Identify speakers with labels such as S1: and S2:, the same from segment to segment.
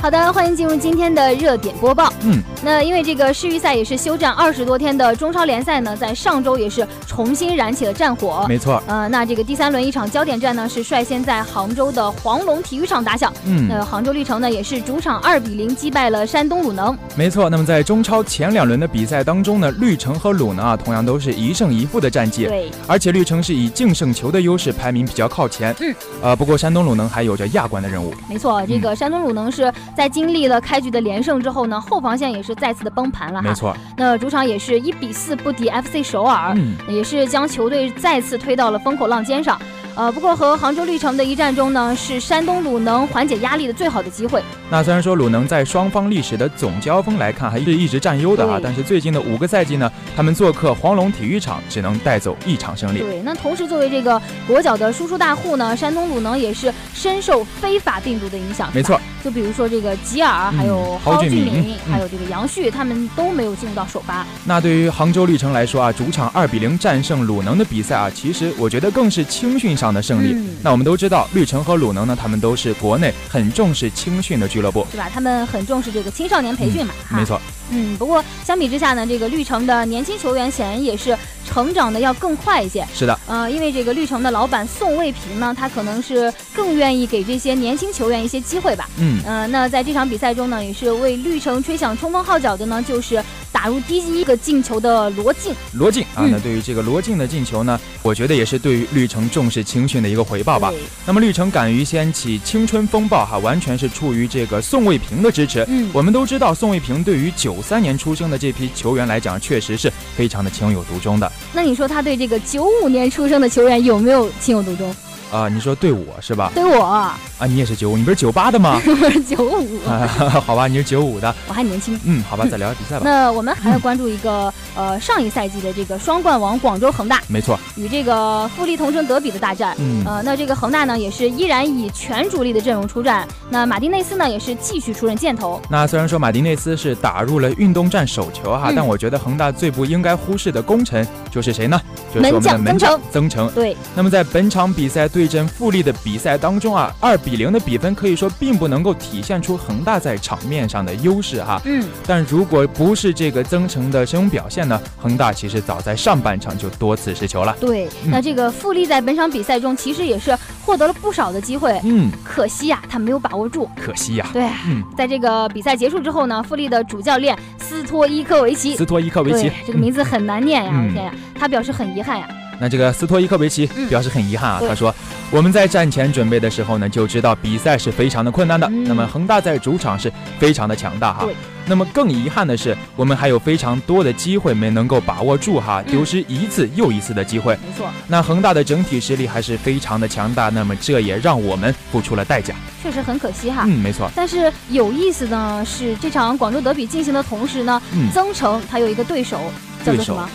S1: 好的，欢迎进入今天的热点播报。
S2: 嗯，
S1: 那因为这个世预赛也是休战二十多天的中超联赛呢，在上周也是重新燃起了战火。
S2: 没错，
S1: 呃，那这个第三轮一场焦点战呢，是率先在杭州的黄龙体育场打响。
S2: 嗯，
S1: 那杭州绿城呢，也是主场二比零击败了山东鲁能。
S2: 没错。那么在中超前两轮的比赛当中呢，绿城和鲁能啊，同样都是一胜一负的战绩，
S1: 对，
S2: 而且绿城是以净胜球的优势排名比较靠前。
S1: 嗯，
S2: 呃，不过山东鲁能还有着亚冠的任务。
S1: 没错，这个山东鲁能是在经历了开局的连胜之后呢，后防线也是再次的崩盘了
S2: 没
S1: 啊哈。
S2: 错，
S1: 那主场也是一比四不敌 FC 首尔，
S2: 嗯，
S1: 也是将球队再次推到了风口浪尖上。呃，不过和杭州绿城的一战中呢，是山东鲁能缓解压力的最好的机会。
S2: 那虽然说鲁能在双方历史的总交锋来看还是一直占优的啊
S1: 对，
S2: 但是最近的五个赛季呢，他们做客黄龙体育场只能带走一场胜利。
S1: 对，那同时作为这个国脚的输出大户呢，山东鲁能也是深受非法病毒的影响。
S2: 没错，
S1: 就比如说这个吉尔，啊还有
S2: 嗯蒿
S1: 俊
S2: 俊
S1: 闵
S2: 闵，
S1: 还有这个杨旭，他们都没有进入到首发。
S2: 那对于杭州绿城来说啊，主场二比零战胜鲁能的比赛啊，其实我觉得更是青训上的胜利。
S1: 嗯
S2: 那我们都知道，绿城和鲁能呢，他们都是国内很重视青训的俱乐部。
S1: 对吧？他们很重视这个青少年培训嘛，哈
S2: 没。错，
S1: 嗯，不过相比之下呢，这个绿城的年轻球员显然也是成长的要更快一些。
S2: 是的，
S1: 呃，因为这个绿城的老板宋卫平呢，他可能是更愿意给这些年轻球员一些机会吧。
S2: 嗯，
S1: 呃，那在这场比赛中呢，也是为绿城吹响冲锋号角的呢，就是打入第一个进球的罗晋。
S2: 罗晋啊，
S1: 嗯
S2: 那对于这个罗晋的进球呢，我觉得也是对于绿城重视青训的一个回报吧。
S1: 对
S2: 那么绿城敢于掀起青春风暴哈，完全是出于这个宋卫平的支持。
S1: 嗯，
S2: 我们都知道，宋卫平对于九三年出生的这批球员来讲，确实是非常的情有独钟的。
S1: 那你说他对这个九五年出生的球员有没有情有独钟？
S2: 啊、你说对我是吧？
S1: 对我，
S2: 啊，你也是九五，你不是九八的吗？
S1: 我是九五，
S2: 啊，好吧，你是九五的，
S1: 我还年轻。
S2: 嗯，好吧，
S1: 嗯
S2: 再聊聊比赛吧。
S1: 那我们还要关注一个、呃上一赛季的这个双冠王广州恒大
S2: 没错，
S1: 与这个富力同城德比的大战。
S2: 嗯，
S1: 呃，那这个恒大呢，也是依然以全主力的阵容出战。那马丁内斯呢，也是继续出任箭头。
S2: 那虽然说马丁内斯是打入了运动战首球哈，
S1: 嗯
S2: 但我觉得恒大最不应该忽视的功臣就是谁呢？就是我
S1: 门
S2: 们的
S1: 将曾
S2: 门将
S1: 诚，
S2: 曾诚。
S1: 对，
S2: 那么在本场比赛对阵富力的比赛当中啊，二比零的比分可以说并不能够体现出恒大在场面上的优势哈。
S1: 嗯，
S2: 但如果不是这个曾诚的深入表现呢，恒大其实早在上半场就多次失球了。
S1: 对。
S2: 嗯
S1: 那这个富力在本场比赛中其实也是获得了不少的机会，
S2: 嗯，
S1: 可惜呀、他没有把握住。
S2: 可惜呀、
S1: 对，啊
S2: 嗯
S1: 在这个比赛结束之后呢，富力的主教练斯托伊科维奇，
S2: 斯托伊科维
S1: 对
S2: 奇，
S1: 这个名字很难念呀，
S2: 嗯
S1: 我天呀，他表示很遗憾呀。
S2: 那这个斯托伊科维奇
S1: 嗯
S2: 表示很遗憾啊，
S1: 对
S2: 他说：“我们在战前准备的时候呢，就知道比赛是非常的困难的。
S1: 嗯
S2: 那么恒大在主场是非常的强大哈
S1: 对。
S2: 那么更遗憾的是，我们还有非常多的机会没能够把握住哈，
S1: 嗯
S2: 丢失一次又一次的机会。
S1: 没错，
S2: 那恒大的整体实力还是非常的强大，那么这也让我们付出了代价。
S1: 确实很可惜哈。
S2: 嗯，没错，
S1: 但是有意思的呢是，这场广州德比进行的同时呢，
S2: 嗯，
S1: 增城他有一个对手叫做
S2: 对
S1: 什
S2: 手
S1: 么？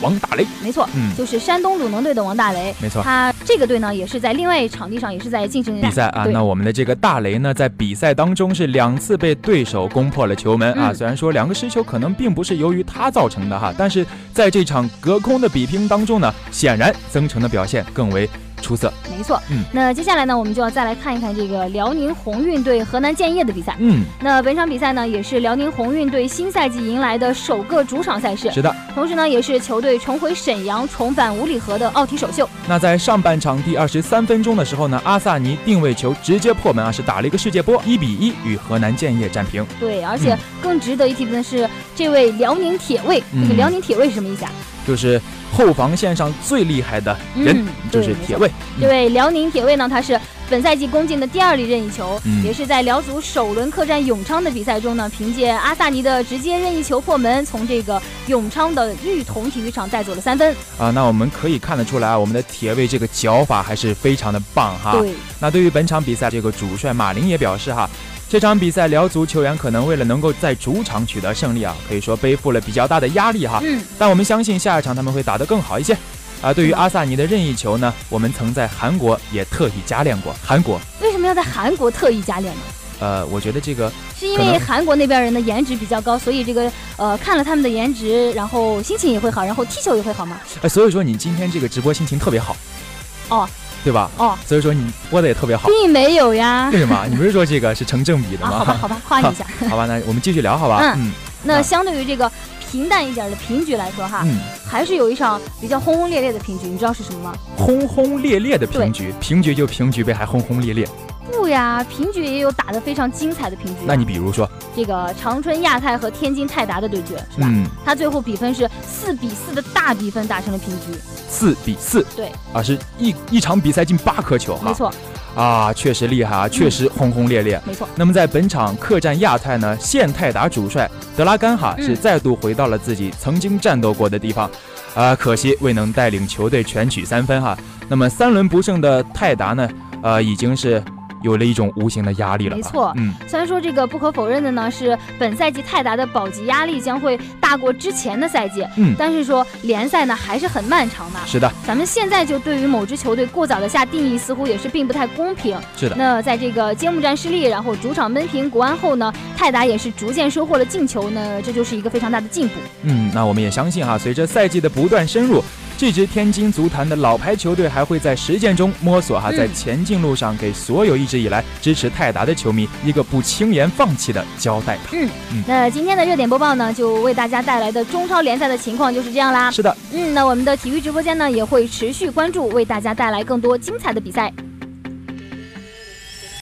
S2: 王大雷，
S1: 没错，
S2: 嗯，
S1: 就是山东鲁能队的王大雷。
S2: 没错。”
S1: 他这个队呢，也是在另外一场地上也是在进行
S2: 比赛啊，
S1: 对
S2: 那我们的这个大雷呢，在比赛当中是两次被对手攻破了球门啊。
S1: 嗯
S2: 虽然说两个失球可能并不是由于他造成的哈，但是在这场隔空的比拼当中呢，显然曾诚的表现更为出色。
S1: 没错。
S2: 嗯
S1: 那接下来呢，我们就要再来看一看这个辽宁宏运对河南建业的比赛。
S2: 嗯，
S1: 那本场比赛呢，也是辽宁宏运队新赛季迎来的首个主场赛事，
S2: 是的。
S1: 同时呢，也是球队重回沈阳重返五里河的奥体首秀。
S2: 那在上半场第二十三分钟的时候呢，阿萨尼定位球直接破门啊，是打了一个世界波，一比一与河南建业战平。
S1: 对，而且
S2: 嗯
S1: 更值得一提的是，这位辽宁铁卫，这个
S2: 嗯
S1: 辽宁铁卫是什么意思啊？
S2: 就是后防线上最厉害的人，
S1: 嗯
S2: 就是
S1: 对没错
S2: 铁卫。
S1: 这位辽宁铁卫呢，他是本赛季攻进的第二粒任意球，
S2: 嗯
S1: 也是在辽足首轮客战永昌的比赛中呢，凭借阿萨尼的直接任意球破门，从这个永昌的裕彤体育场带走了三分。
S2: 啊，那我们可以看得出来啊，我们的铁卫这个脚法还是非常的棒哈。
S1: 对，
S2: 那对于本场比赛，这个主帅马林也表示哈，这场比赛辽足球员可能为了能够在主场取得胜利啊，可以说背负了比较大的压力哈。
S1: 嗯，
S2: 但我们相信下一场他们会打得更好一些。啊，对于阿萨尼的任意球呢，我们曾在韩国也特意加练过。韩国，
S1: 为什么要在韩国特意加练呢？
S2: 呃，我觉得这个
S1: 是因
S2: 可
S1: 为
S2: 能
S1: 韩国那边人的颜值比较高，所以这个呃看了他们的颜值，然后心情也会好，然后踢球也会好吗？
S2: 呃，所以说你今天这个直播心情特别好。对吧？
S1: 哦，
S2: 所以说你播的也特别好。
S1: 并没有 呀。
S2: 为什么？你不是说这个是成正比的
S1: 啊，好
S2: 吗？
S1: 吧，好吧，夸你一下。
S2: 好吧，那我们继续聊，好吧？嗯
S1: 那相对于这个平淡一点的平局来说哈，
S2: 嗯，
S1: 还是有一场比较轰轰烈烈的平局，你知道是什么吗？
S2: 轰轰烈烈的平局，平局就平局呗，还轰轰烈烈。
S1: 不呀，平局也有打得非常精彩的平局。
S2: 那你比如说，
S1: 这个长春亚泰和天津泰达的对决是吧？
S2: 嗯，
S1: 他最后比分是四比四的大比分打成了平局，
S2: 四比四，
S1: 对，
S2: 啊，是一一场比赛进八颗球
S1: 没
S2: 哈，
S1: 错，嗯
S2: 啊，确实厉害啊，确实轰轰烈烈。
S1: 没错。
S2: 那么在本场客战亚泰呢，现泰达主帅德拉甘哈
S1: 嗯
S2: 是再度回到了自己曾经战斗过的地方，啊、可惜未能带领球队全取三分哈。那么三轮不胜的泰达呢，呃，已经是有了一种无形的压力了吧。
S1: 没错
S2: 嗯，
S1: 虽然说这个不可否认的呢，是本赛季泰达的保级压力将会大过之前的赛季，
S2: 嗯
S1: 但是说联赛呢还是很漫长的。
S2: 是的，
S1: 咱们现在就对于某支球队过早的下定义，似乎也是并不太公平。
S2: 是的。
S1: 那在这个揭幕战失利，然后主场闷平国安后呢，泰达也是逐渐收获了进球呢，这就是一个非常大的进步。
S2: 嗯，那我们也相信哈、随着赛季的不断深入，这支天津足坛的老牌球队还会在实践中摸索哈、
S1: 嗯
S2: 在前进路上给所有一直以来支持泰达的球迷一个不轻言放弃的交代吧。
S1: 那今天的热点播报呢，就为大家带来的中超联赛的情况就是这样啦。
S2: 是的，
S1: 嗯，那我们的体育直播间呢也会持续关注，为大家带来更多精彩的比赛。